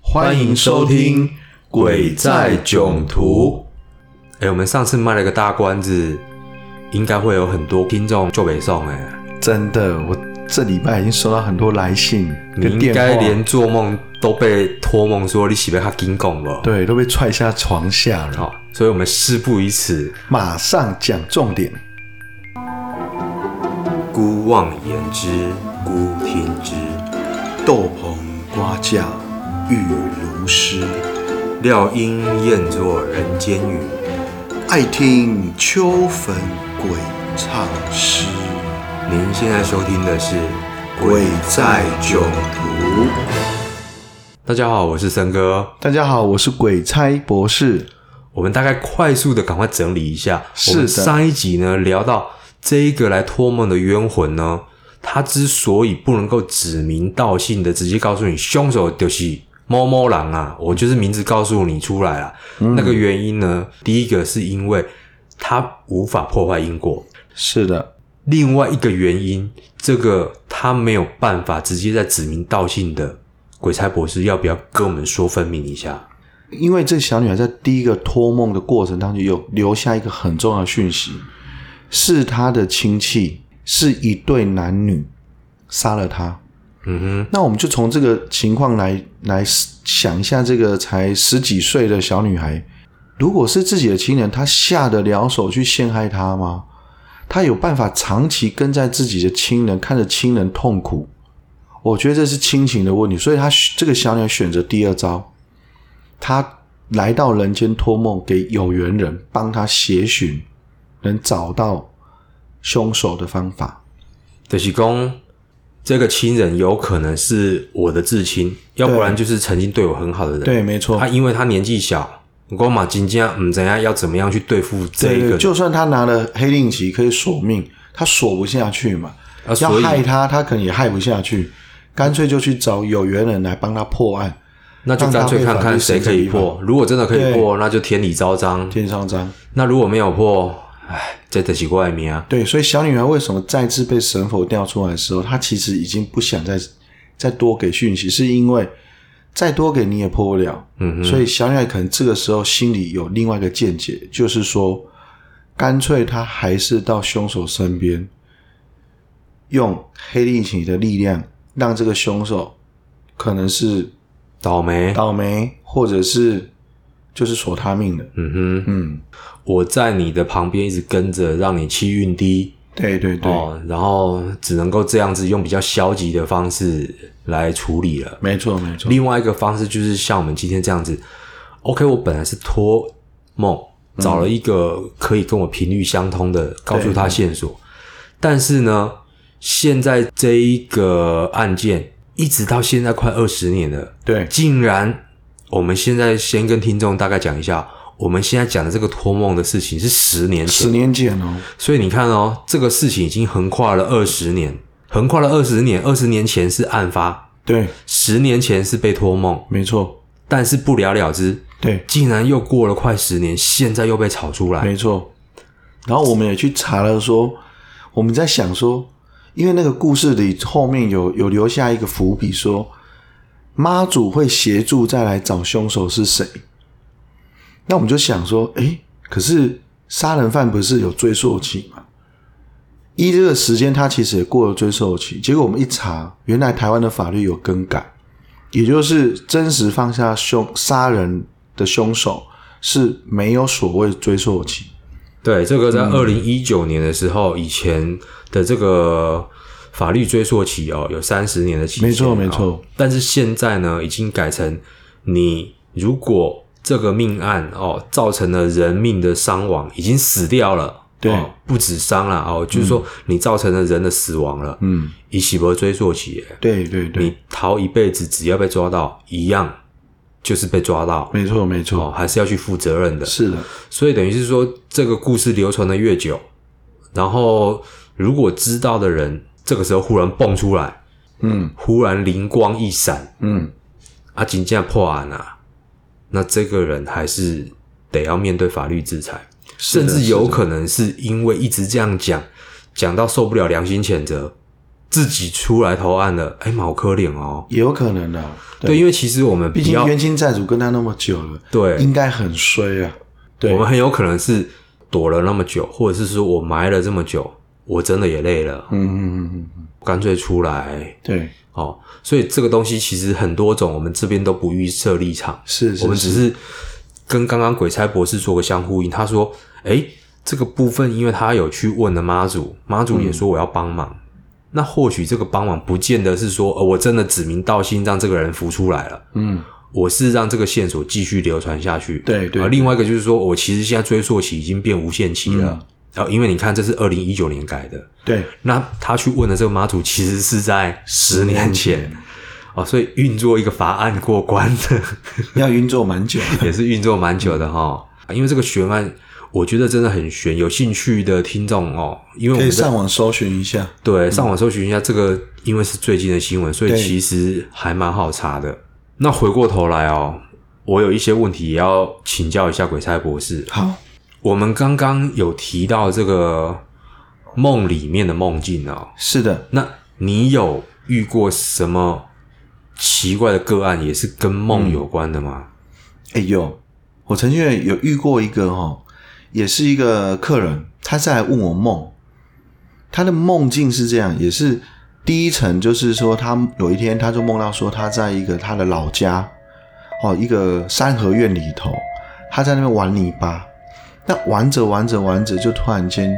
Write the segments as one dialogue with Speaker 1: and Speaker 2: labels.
Speaker 1: 欢迎收听《鬼在囧途
Speaker 2: 哎、我们上次卖了个大关子，应该会有很多听众就北送哎，》。
Speaker 1: 真的，我这礼拜已经收到很多来信
Speaker 2: 你
Speaker 1: 跟
Speaker 2: 应
Speaker 1: 电
Speaker 2: 该
Speaker 1: 话，
Speaker 2: 连做梦都被托梦说你喜被他金拱了。，
Speaker 1: 对都被踹下床下了。
Speaker 2: 好，所以我们事不宜迟，
Speaker 1: 马上讲重点。
Speaker 2: 姑妄言之，姑听之。
Speaker 1: 豆棚瓜架雨如诗，
Speaker 2: 料应厌作人间语，
Speaker 1: 爱听秋坟鬼唱诗。
Speaker 2: 您现在收听的是《
Speaker 1: 鬼在囧
Speaker 2: 途》。大家好，我是森哥。
Speaker 1: 大家好，我是鬼差博士。
Speaker 2: 我们大概快速的赶快整理一下。
Speaker 1: 是的
Speaker 2: 我们上一集呢聊到这一个来托梦的冤魂呢，他之所以不能够指名道姓的直接告诉你凶手就是猫猫狼啊，我就是名字告诉你出来了、啊
Speaker 1: 嗯
Speaker 2: 那个原因呢，第一个是因为他无法破坏因果，
Speaker 1: 是的，
Speaker 2: 另外一个原因，这个他没有办法直接在指名道姓的鬼差博士要不要跟我们说分明一下？
Speaker 1: 因为这小女孩在第一个托梦的过程当中，有留下一个很重要的讯息，是她的亲戚是一对男女杀了她。
Speaker 2: 嗯
Speaker 1: 那我们就从这个情况来来想一下，这个才十几岁的小女孩，如果是自己的亲人，她下得了手去陷害她吗？她有办法长期跟在自己的亲人，看着亲人痛苦？我觉得这是亲情的问题，所以她选这个小女孩选择第二招，她来到人间托梦，给有缘人帮她协寻，能找到凶手的方法。
Speaker 2: 哼，德喜公这个亲人有可能是我的至亲，要不然就是曾经对我很好的人。
Speaker 1: 对，没错，
Speaker 2: 他因为他年纪小，我马金金嗯怎样要怎么样去对付这
Speaker 1: 对
Speaker 2: 一个
Speaker 1: 对，
Speaker 2: 人，
Speaker 1: 就算他拿了黑令旗可以锁命，他锁不下去嘛，
Speaker 2: 啊
Speaker 1: 要
Speaker 2: 所以
Speaker 1: 害他，他可能也害不下去，干脆就去找有缘人来帮他破案。
Speaker 2: 那就干脆看看谁可以
Speaker 1: 让他被法律
Speaker 2: 破。如果真的可以
Speaker 1: 对
Speaker 2: 破，那就天理昭彰；
Speaker 1: 天上章，
Speaker 2: 那如果没有破，哎，这德喜怪名啊。
Speaker 1: 对，所以小女孩为什么再次被神佛调出来的时候，她其实已经不想再再多给讯息，是因为再多给你也破不了。
Speaker 2: 嗯哼，
Speaker 1: 所以小女孩可能这个时候心里有另外一个见解，就是说，干脆她还是到凶手身边，用黑力气的力量，让这个凶手可能是
Speaker 2: 倒霉。
Speaker 1: 倒霉，或者是就是索他命的。
Speaker 2: 嗯哼，
Speaker 1: 嗯，
Speaker 2: 我在你的旁边一直跟着，让你气运低
Speaker 1: 对对对，
Speaker 2: 哦，然后只能够这样子用比较消极的方式来处理了。
Speaker 1: 没错没错，
Speaker 2: 另外一个方式就是像我们今天这样子，OK，我本来是托梦找了一个可以跟我频率相通的，告诉他线索，但是呢，现在这一个案件一直到现在快二十年了，
Speaker 1: 对
Speaker 2: 竟然我们现在先跟听众大概讲一下，我们现在讲的这个托梦的事情是十年前
Speaker 1: 十年前哦，
Speaker 2: 所以你看哦，这个事情已经横跨了二十年，横跨了二十年。二十年前是案发，
Speaker 1: 对，
Speaker 2: 十年前是被托梦，
Speaker 1: 没错，
Speaker 2: 但是不了了之，
Speaker 1: 对，
Speaker 2: 竟然又过了快十年，现在又被炒出来。
Speaker 1: 没错。然后我们也去查了说我们在想说，因为那个故事里后面有有留下一个伏笔说，妈祖会协助再来找凶手是谁。那我们就想说，诶，可是杀人犯不是有追溯期吗？依这个时间，他其实也过了追溯期。结果我们一查，原来台湾的法律有更改，也就是真实放下凶杀人的凶手是没有所谓追溯期。
Speaker 2: 对，这个在
Speaker 1: 嗯
Speaker 2: 二零一九年的时候，以前的这个法律追溯期哦，有三十年的期限、
Speaker 1: 没错
Speaker 2: 哦
Speaker 1: 没错。
Speaker 2: 但是现在呢，已经改成你如果这个命案哦造成了人命的伤亡，已经死掉了，
Speaker 1: 对
Speaker 2: 哦不止伤了哦，就是说你造成了人的死亡了，
Speaker 1: 嗯，
Speaker 2: 以洗不追溯期耶，
Speaker 1: 对对对，
Speaker 2: 你逃一辈子，只要被抓到，一样就是被抓到。
Speaker 1: 没错没错，
Speaker 2: 哦，还是要去负责任的。
Speaker 1: 是的，
Speaker 2: 所以等于是说，这个故事流传的越久，然后如果知道的人这个时候忽然蹦出来，
Speaker 1: 嗯
Speaker 2: 忽然灵光一闪，
Speaker 1: 嗯，
Speaker 2: 啊，金价破案啊，那这个人还是得要面对法律制裁，
Speaker 1: 是
Speaker 2: 甚
Speaker 1: 的
Speaker 2: 至有
Speaker 1: 是的
Speaker 2: 可能是因为一直这样讲，讲到受不了良心谴责，自己出来投案了，哎、妈，好可怜哦。
Speaker 1: 也有可能啊。
Speaker 2: 对，因为其实我们
Speaker 1: 毕
Speaker 2: 比
Speaker 1: 竟
Speaker 2: 较
Speaker 1: 冤亲债主跟他那么久了，
Speaker 2: 对，
Speaker 1: 应该很衰啊。对
Speaker 2: 我们很有可能是躲了那么久，或者是说我埋了这么久，我真的也累了，
Speaker 1: 嗯嗯嗯嗯嗯，
Speaker 2: 干脆出来
Speaker 1: 对，
Speaker 2: 哦。所以这个东西其实很多种，我们这边都不预设立场，
Speaker 1: 是是
Speaker 2: 我们
Speaker 1: 是
Speaker 2: 只是跟刚刚鬼差博士做个相呼应。他说：“诶，这个部分因为他有去问了妈祖，妈祖
Speaker 1: 嗯
Speaker 2: 也说我要帮忙。那或许这个帮忙不见得是说，呃，我真的指名道姓让这个人浮出来了。
Speaker 1: 嗯，
Speaker 2: 我是让这个线索继续流传下去。
Speaker 1: 对对
Speaker 2: 而另外一个就是说，我其实现在追溯期已经变无限期
Speaker 1: 嗯
Speaker 2: 了。然后、因为你看，这是二零一九年改的，
Speaker 1: 对，
Speaker 2: 那他去问的这个妈祖，其实是在十年
Speaker 1: 嗯
Speaker 2: 前。哦，所以运作一个法案过关 的，
Speaker 1: 要运作蛮久的。
Speaker 2: 也是运作蛮久的哈、
Speaker 1: 嗯
Speaker 2: 啊因为这个悬案，我觉得真的很悬。有兴趣的听众哦， 因为我
Speaker 1: 可以
Speaker 2: 们在
Speaker 1: 上网搜寻一下，
Speaker 2: 对上网搜寻一下这个，因为是最近的新闻，所以
Speaker 1: 嗯对
Speaker 2: 其实还蛮好查的。那回过头来哦，我有一些问题也要请教一下鬼差博士。
Speaker 1: 好，
Speaker 2: 我们刚刚有提到这个梦里面的梦境哦，
Speaker 1: 是的，
Speaker 2: 那你有遇过什么奇怪的个案，也是跟梦有关的吗？
Speaker 1: 哎呦，我曾经有遇过一个哦，也是一个客人，他是来问我梦，他的梦境是这样，也是第一层，就是说他有一天他就梦到说他在一个他的老家哦，一个三合院里头，他在那边玩泥巴，那玩着玩着玩着，就突然间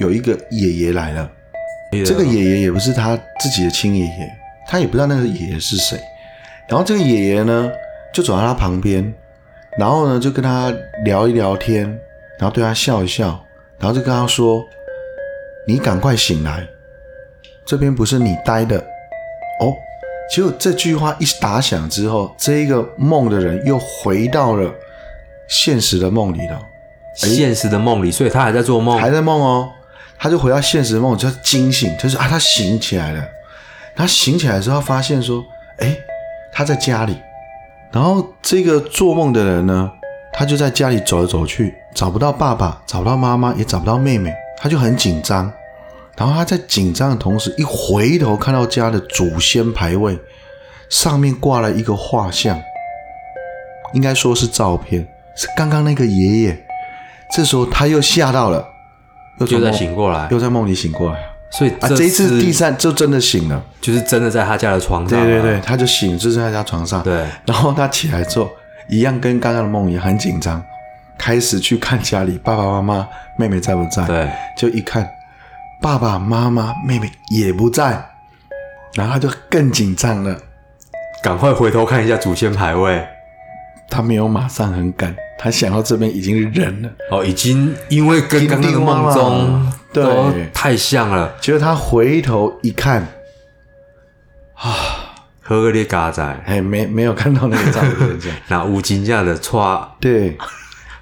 Speaker 1: 有一个爷爷来了。这个爷爷也不是他自己的亲爷爷，他也不知道那个爷爷是谁。然后这个爷爷呢，就走到他旁边，然后呢就跟他聊一聊天，然后对他笑一笑，然后就跟他说：“你赶快醒来，这边不是你待的。”哦，结果这句话一打响之后，这一个梦的人又回到了现实的梦里了。
Speaker 2: 现实的梦里，所以他还在做梦。
Speaker 1: 嗯还在梦哦，他就回到现实梦，就惊醒，就是啊，他醒起来了。他醒起来之后，发现说，哎，他在家里。然后这个做梦的人呢，他就在家里走来走去，找不到爸爸，找不到妈妈，也找不到妹妹，他就很紧张。然后他在紧张的同时，一回头看到家的祖先牌位上面挂了一个画像，应该说是照片，是刚刚那个爷爷。这时候他又吓到了，又
Speaker 2: 就
Speaker 1: 在
Speaker 2: 在
Speaker 1: 梦
Speaker 2: 醒过来
Speaker 1: 又，在梦里醒过来
Speaker 2: 所以
Speaker 1: 啊！这一次第三就真的醒了，
Speaker 2: 就是真的在他家的床上
Speaker 1: 对
Speaker 2: 啊、
Speaker 1: 对对，他就醒，就是在他床上。
Speaker 2: 对
Speaker 1: 然后他起来之后，一样跟刚刚的梦一样很紧张，开始去看家里爸爸妈妈、妹妹在不在。
Speaker 2: 对，
Speaker 1: 就一看，爸爸妈妈、妹妹也不在，然后他就更紧张了。
Speaker 2: 赶快回头看一下祖先牌位
Speaker 1: 他没有马上很赶，他想到这边已经是人了，
Speaker 2: 哦，已经因为跟刚刚的梦中
Speaker 1: 叮叮
Speaker 2: 都
Speaker 1: 咣啷
Speaker 2: 太像了，
Speaker 1: 结果他回头一看，
Speaker 2: 喝个烈嘎仔，
Speaker 1: 哎，没没有看到那个照片， 这样。
Speaker 2: 那五金架的歘，
Speaker 1: 对，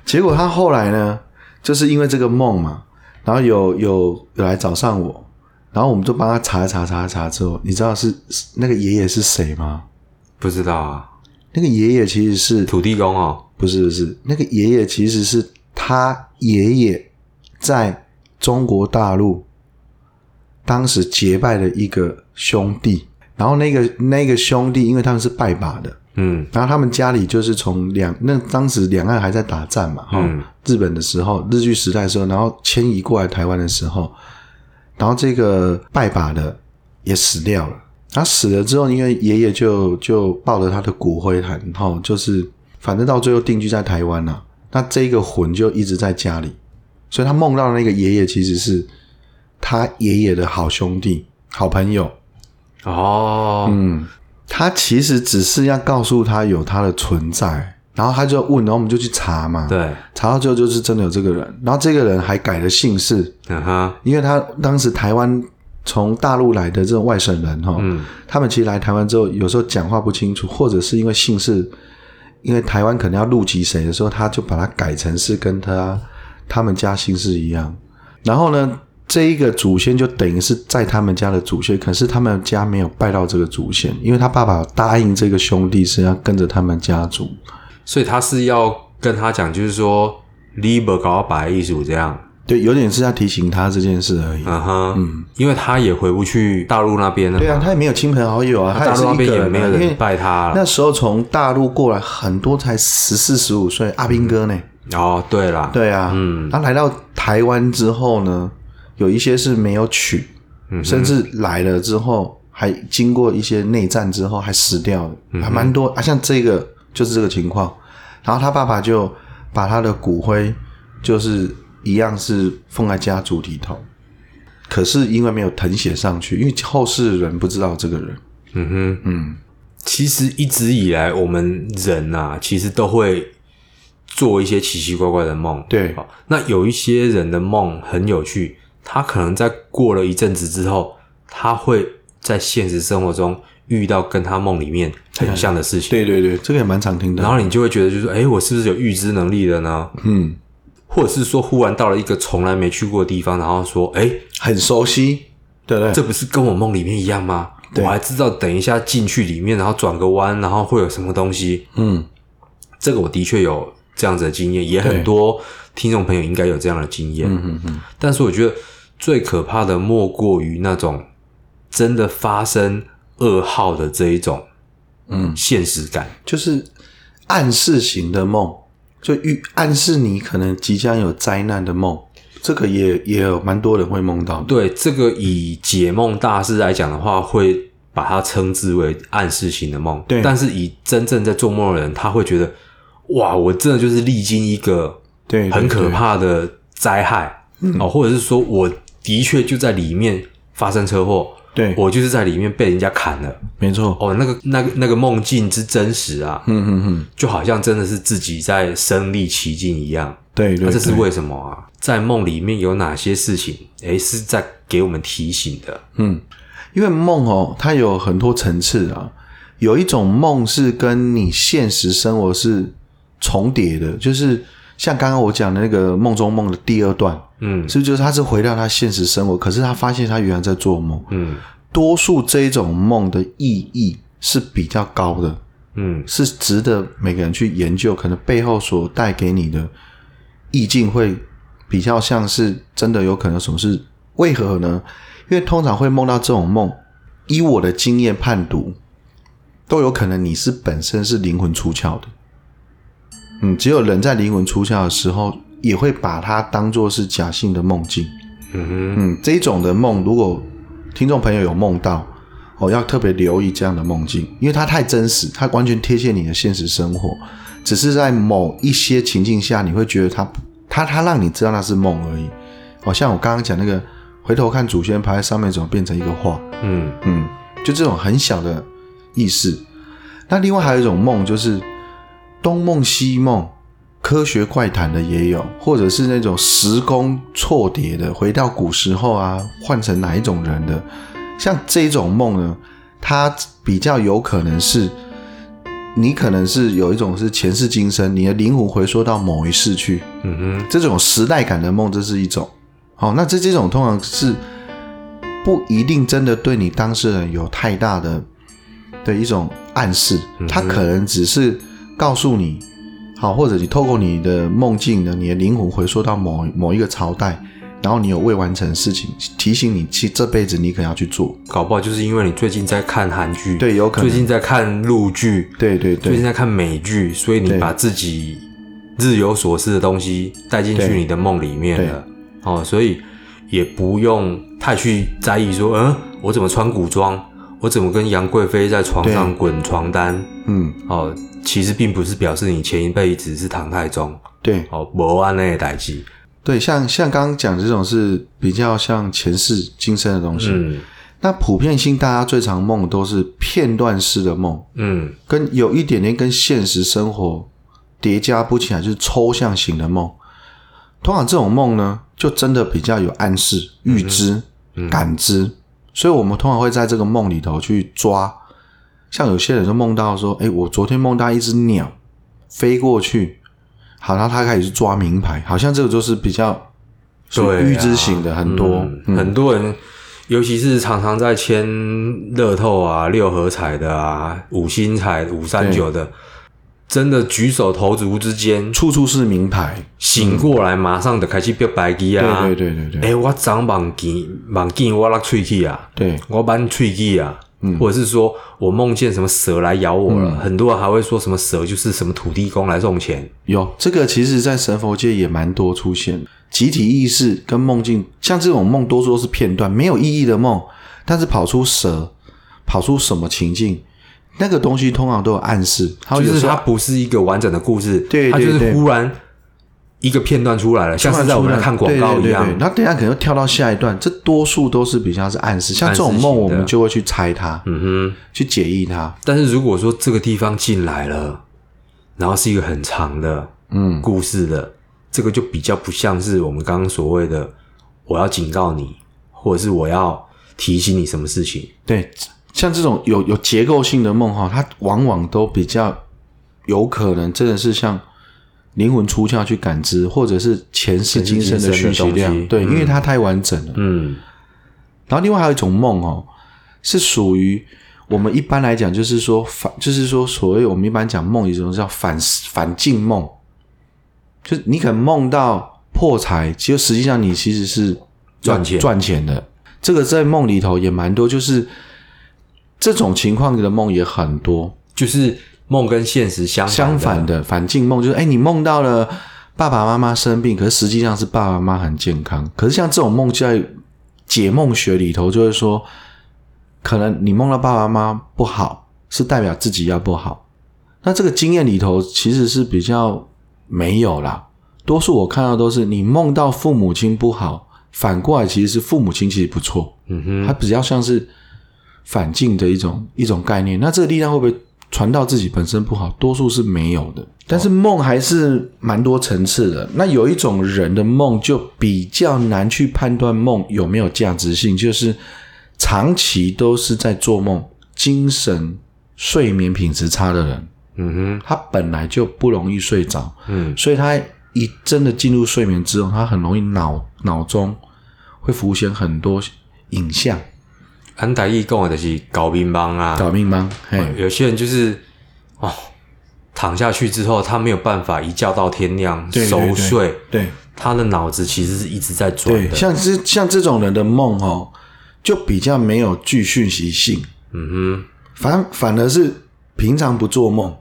Speaker 1: 结果他后来呢，就是因为这个梦嘛，然后有有有来找上我，然后我们就帮他查查查查之后，你知道是是那个爷爷是谁吗？
Speaker 2: 不知道啊，
Speaker 1: 那个爷爷其实是
Speaker 2: 土地公哦，
Speaker 1: 不是不是那个爷爷其实是他爷爷在中国大陆当时结拜的一个兄弟，然后那个那个兄弟因为他们是拜把的，
Speaker 2: 嗯，
Speaker 1: 然后他们家里就是从两那当时两岸还在打战嘛，哈、
Speaker 2: 嗯
Speaker 1: 日本的时候，日据时代的时候，然后迁移过来台湾的时候，然后这个拜把的也死掉了。他死了之后，因为爷爷就就抱着他的骨灰坛，然后就是反正到最后定居在台湾了、啊那这个魂就一直在家里，所以他梦到的那个爷爷其实是他爷爷的好兄弟、好朋友，
Speaker 2: 哦，
Speaker 1: 嗯，他其实只是要告诉他有他的存在，然后他就问，然后我们就去查嘛，，
Speaker 2: 对，
Speaker 1: 查到最后就是真的有这个人，然后这个人还改了姓氏，
Speaker 2: 嗯哼，
Speaker 1: 因为他当时台湾从大陆来的这种外省人哈、
Speaker 2: 嗯，
Speaker 1: 他们其实来台湾之后，有时候讲话不清楚，或者是因为姓氏，因为台湾可能要入籍谁的时候，他就把它改成是跟他他们家姓氏一样。然后呢，这一个祖先就等于是在他们家的祖先，可是他们家没有拜到这个祖先，因为他爸爸答应这个兄弟是要跟着他们家族。
Speaker 2: 所以他是要跟他讲，就是说 l i b e r 搞白艺术这样，
Speaker 1: 对，有点是要提醒他这件事而已。
Speaker 2: 啊哈，嗯，因为他也回不去大陆那边了嘛，
Speaker 1: 对啊，他也没有亲朋好友啊，他
Speaker 2: 大
Speaker 1: 也是
Speaker 2: 陆那
Speaker 1: 一
Speaker 2: 边
Speaker 1: 个
Speaker 2: 也
Speaker 1: 人啊、
Speaker 2: 没有
Speaker 1: 因
Speaker 2: 人
Speaker 1: 为
Speaker 2: 拜他了。
Speaker 1: 那时候从大陆过来很多才十四十五岁阿兵哥呢。
Speaker 2: 哦，对啦，
Speaker 1: 对啊，嗯，他来到台湾之后呢，有一些是没有娶，甚至来了之后还经过一些内战之后还死掉的，还蛮多啊。像这个就是这个情况，然后他爸爸就把他的骨灰就是一样是放在家主体头，可是因为没有誊写上去，因为后世人不知道这个人，
Speaker 2: 嗯哼，嗯，其实一直以来我们人啊，其实都会做一些奇奇怪怪的梦。
Speaker 1: 对
Speaker 2: 好，那有一些人的梦很有趣，他可能在过了一阵子之后，他会在现实生活中遇到跟他梦里面很像的事情，
Speaker 1: 对对对，这个也蛮常听
Speaker 2: 然
Speaker 1: 的，
Speaker 2: 后你就会觉得就是，哎，我是不是有预知能力了呢？
Speaker 1: 嗯，
Speaker 2: 或者是说，忽然到了一个从来没去过的地方，然后说，哎，
Speaker 1: 很熟悉，对不对？
Speaker 2: 这不是跟我梦里面一样吗？
Speaker 1: 对
Speaker 2: 我还知道等一下进去里面，然后转个弯，然后会有什么东西。
Speaker 1: 嗯，
Speaker 2: 这个我的确有这样子的经验，也很多听众朋友应该有这样的经验。嗯嗯嗯。但是我觉得最可怕的莫过于那种真的发生噩耗的这一种，
Speaker 1: 嗯，
Speaker 2: 现实感。
Speaker 1: 就是暗示型的梦，就预暗示你可能即将有灾难的梦，这个也也有蛮多人会梦到的。
Speaker 2: 对这个以解梦大师来讲的话，会把它称之为暗示型的梦。
Speaker 1: 对
Speaker 2: 但是以真正在做梦的人，他会觉得，哇，我真的就是历经一个
Speaker 1: 对对
Speaker 2: 很可怕的灾害
Speaker 1: 嗯
Speaker 2: 哦，或者是说我的确就在里面发生车祸，
Speaker 1: 对，
Speaker 2: 我就是在里面被人家砍了。
Speaker 1: 没错。
Speaker 2: 哦，那个那个那个梦境之真实啊，
Speaker 1: 嗯嗯嗯，
Speaker 2: 就好像真的是自己在身历其境一样。
Speaker 1: 对对对，
Speaker 2: 那、这是为什么啊？在梦里面有哪些事情，诶，是在给我们提醒的？
Speaker 1: 嗯因为梦哦，它有很多层次啊。有一种梦是跟你现实生活是重叠的，就是像刚刚我讲的那个梦中梦的第二段，
Speaker 2: 嗯
Speaker 1: 是不是就是他是回到他现实生活，可是他发现他原来在做梦。
Speaker 2: 嗯
Speaker 1: 多数这一种梦的意义是比较高的，
Speaker 2: 嗯
Speaker 1: 是值得每个人去研究，可能背后所带给你的意境会比较像是真的有可能什么是为何呢？因为通常会梦到这种梦，以我的经验判读，都有可能你是本身是灵魂出窍的。嗯，只有人在灵魂出窍的时候，也会把它当做是假性的梦境。
Speaker 2: 嗯
Speaker 1: 嗯，这一种的梦，如果听众朋友有梦到，哦，要特别留意这样的梦境，因为它太真实，它完全贴切你的现实生活。只是在某一些情境下，你会觉得它它它让你知道那是梦而已。哦，像我刚刚讲那个，回头看祖先牌上面怎么变成一个画，
Speaker 2: 嗯
Speaker 1: 嗯，就这种很小的意识。那另外还有一种梦，就是东梦西梦，科学怪谈的也有，或者是那种时空错叠的，回到古时候啊，换成哪一种人的，像这种梦呢，它比较有可能是。你可能是有一种是前世今生，你的灵魂回缩到某一世去，
Speaker 2: 嗯哼
Speaker 1: 这种时代感的梦，这是一种。哦，那这这种通常是不一定真的对你当事人有太大的的一种暗示，他可能只是告诉你，好、或者你透过你的梦境呢，你的灵魂回溯到某某一个朝代，然后你有未完成的事情，提醒你，其这辈子你可能要去做。
Speaker 2: 搞不好就是因为你最近在看韩剧，
Speaker 1: 对有可能
Speaker 2: 最近在看陆剧，
Speaker 1: 对对
Speaker 2: 最近
Speaker 1: 对
Speaker 2: 在看美剧，所以你
Speaker 1: 对
Speaker 2: 把自己日有所思的东西带进去
Speaker 1: 对
Speaker 2: 你的梦里面了。哦，所以也不用太去在意说，嗯，我怎么穿古装，我怎么跟杨贵妃在床上
Speaker 1: 对
Speaker 2: 滚床单。
Speaker 1: 嗯，
Speaker 2: 哦，其实并不是表示你前一辈子是唐太宗
Speaker 1: 对
Speaker 2: 哦，不安那代际。
Speaker 1: 对，像像刚刚讲的这种是比较像前世今生的东西。
Speaker 2: 嗯
Speaker 1: 那普遍性大家最常梦都是片段式的梦，
Speaker 2: 嗯
Speaker 1: 跟有一点点跟现实生活叠加不起来，就是抽象型的梦。通常这种梦呢，就真的比较有暗示、预知、
Speaker 2: 嗯
Speaker 1: 感知，所以我们通常会在这个梦里头去抓。像有些人就梦到说：“哎，我昨天梦到一只鸟飞过去，好，然后他开始去抓名牌，好像这个就是比较属
Speaker 2: 对啊
Speaker 1: 于预知型的，很多、
Speaker 2: 嗯很多人，尤其是常常在签乐透啊、六合彩的啊、五星彩、五三九的，真的举手投足之间
Speaker 1: 处处是名牌。
Speaker 2: 醒过来，马上就开始表白机
Speaker 1: 对
Speaker 2: 啊！
Speaker 1: 对对对对
Speaker 2: 哎、我长梦见梦见我落喙齿啊，
Speaker 1: 对，
Speaker 2: 我搬喙齿啊，
Speaker 1: 嗯
Speaker 2: 或者是说我梦见什么蛇来咬我了，很多人还会说什么蛇就是什么土地公来送钱，
Speaker 1: 有这个，其实，在神佛界也蛮多出现的集体意识跟梦境，像这种梦多数都是片段，没有意义的梦，但是跑出蛇，跑出什么情境，那个东西通常都有暗示，它会
Speaker 2: 就
Speaker 1: 有
Speaker 2: 是
Speaker 1: 时候
Speaker 2: 它不是一个完整的故事，
Speaker 1: 对
Speaker 2: 它就
Speaker 1: 对
Speaker 2: 是
Speaker 1: 对
Speaker 2: 忽然一个片段出来了，像是在我们在看广告一样。
Speaker 1: 对对对对然后等一下可能又跳到下一段，这多数都是比较是暗示，像这
Speaker 2: 暗
Speaker 1: 种
Speaker 2: 示型
Speaker 1: 梦
Speaker 2: 的
Speaker 1: 我们就会去猜它，
Speaker 2: 嗯哼，
Speaker 1: 去解译它。
Speaker 2: 但是如果说这个地方进来了，然后是一个很长的
Speaker 1: 嗯，
Speaker 2: 故事的，这个就比较不像是我们刚刚所谓的我要警告你，或者是我要提醒你什么事情。
Speaker 1: 对，像这种有有结构性的梦哈，它往往都比较有可能真的是像灵魂出窍去感知，或者是前世今生的讯息
Speaker 2: 前世今生的东
Speaker 1: 量
Speaker 2: 西，
Speaker 1: 对，
Speaker 2: 嗯
Speaker 1: 因为它太完整了。
Speaker 2: 嗯，
Speaker 1: 然后另外还有一种梦哦，是属于我们一般来讲，就是说反，就是说所谓我们一般讲梦，有一种叫反反境梦，就是你可能梦到破财，其实实际上你其实是
Speaker 2: 赚钱
Speaker 1: 赚钱的。这个在梦里头也蛮多，就是这种情况的梦也很多。
Speaker 2: 就是梦跟现实相反
Speaker 1: 相
Speaker 2: 的
Speaker 1: 反的反境梦就是，哎，你梦到了爸爸妈妈生病，可是实际上是爸爸妈妈很健康。可是像这种梦，在解梦学里头就会说，可能你梦到爸爸妈妈不好，是代表自己要不好。那这个经验里头其实是比较没有啦，多数我看到都是你梦到父母亲不好，反过来其实是父母亲其实不错。
Speaker 2: 嗯哼，
Speaker 1: 它比较像是反境的一种一种概念。那这个力量会不会传到自己本身不好？多数是没有的。但是梦还是蛮多层次的。那有一种人的梦就比较难去判断梦有没有价值性，就是长期都是在做梦，精神睡眠品质差的人，
Speaker 2: 嗯哼，
Speaker 1: 他本来就不容易睡着。
Speaker 2: 嗯，
Speaker 1: 所以他一真的进入睡眠之后，他很容易脑脑中会浮现很多影像，
Speaker 2: 安达义讲的就是搞乒乓啊，
Speaker 1: 搞命吗？嘿，
Speaker 2: 有些人就是哦，躺下去之后，他没有办法一觉到天亮
Speaker 1: 对对
Speaker 2: 熟
Speaker 1: 对
Speaker 2: 睡，
Speaker 1: 对
Speaker 2: 他的脑子其实是一直在转
Speaker 1: 对，
Speaker 2: 的。
Speaker 1: 像这像这种人的梦哦，就比较没有具讯息性，
Speaker 2: 嗯
Speaker 1: 反反而是平常不做梦，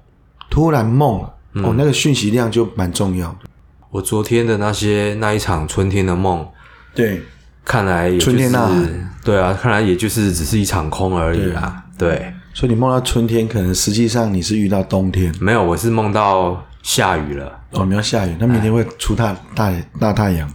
Speaker 1: 突然梦了，
Speaker 2: 嗯
Speaker 1: 哦，那个讯息量就蛮重要的。
Speaker 2: 哼，我昨天的那些那一场春天的梦，
Speaker 1: 对，
Speaker 2: 看来也就是
Speaker 1: 春天呐
Speaker 2: 对啊，看来也就是只是一场空而已啦。对，
Speaker 1: 所以你梦到春天，可能实际上你是遇到冬天
Speaker 2: 没有，我是梦到下雨了。
Speaker 1: 哦，你要下雨，那明天会出大大大太阳。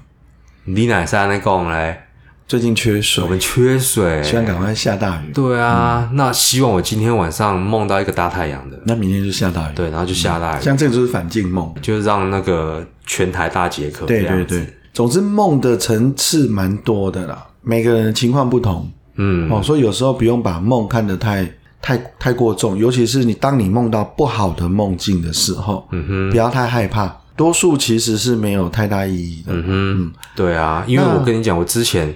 Speaker 2: 李奶山在讲嘞，
Speaker 1: 最近缺水
Speaker 2: 我，们缺水，
Speaker 1: 希望赶快下大雨。
Speaker 2: 对啊，那希望我今天晚上梦到一个大太阳的，
Speaker 1: 那明天就下大雨。
Speaker 2: 对，然后就下大雨，
Speaker 1: 像这个就是反境梦。
Speaker 2: 就让那个全台大解渴。
Speaker 1: 对对，对，总之梦的层次蛮多的啦，每个人的情况不同、
Speaker 2: 嗯，
Speaker 1: 哦，所以有时候不用把梦看得太太太过重，尤其是你当你梦到不好的梦境的时候，嗯哼，不要太害怕，多数其实是没有太大意义的。
Speaker 2: 嗯，对啊，因为我跟你讲，我之前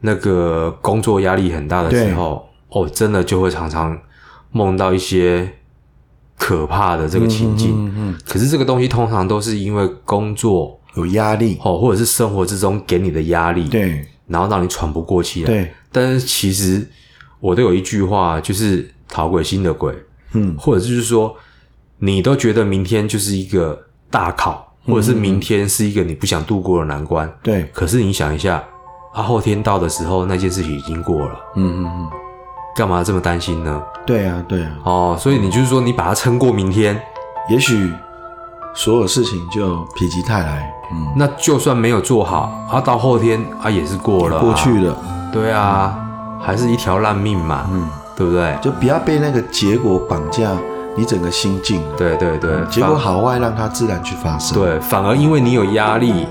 Speaker 2: 那个工作压力很大的时候，哦，真的就会常常梦到一些可怕的这个情境。
Speaker 1: 嗯嗯，
Speaker 2: 可是这个东西通常都是因为工作
Speaker 1: 有压力，
Speaker 2: 哦，或者是生活之中给你的压力，
Speaker 1: 对
Speaker 2: 然后让你喘不过气来。
Speaker 1: 对，
Speaker 2: 但是其实我都有一句话，就是“讨鬼心的鬼”，
Speaker 1: 嗯
Speaker 2: 或者就是说，你都觉得明天就是一个大考，
Speaker 1: 嗯
Speaker 2: 或者是明天是一个你不想度过的难关。
Speaker 1: 对，
Speaker 2: 可是你想一下，啊，后天到的时候，那件事情已经过了，
Speaker 1: 嗯嗯嗯，
Speaker 2: 干嘛这么担心呢？
Speaker 1: 对啊对啊，
Speaker 2: 哦，所以你就是说，你把它撑过明天，
Speaker 1: 也许所有事情就否极泰来，嗯，
Speaker 2: 那就算没有做好，啊，到后天啊也是过了、
Speaker 1: 过，去了。
Speaker 2: 对啊，还是一条烂命嘛，嗯，对不对？
Speaker 1: 就不要被那个结果绑架你整个心境。
Speaker 2: 对对对，
Speaker 1: 嗯结果
Speaker 2: 反，
Speaker 1: 好坏让它自然去发生。
Speaker 2: 对，反而因为你有压力，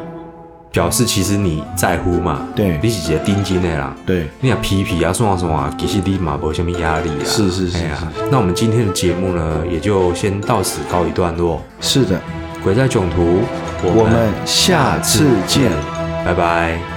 Speaker 2: 表示其实你在乎嘛，
Speaker 1: 对
Speaker 2: 你是一个钉金的啦。
Speaker 1: 对
Speaker 2: 你想皮皮啊，送啊送啊，其实你嘛没什么压力啊。
Speaker 1: 是是是
Speaker 2: 哎呀，那我们今天的节目呢，也就先到此告一段落。
Speaker 1: 是的，
Speaker 2: 鬼在囧途，
Speaker 1: 我们下次见。
Speaker 2: 拜拜。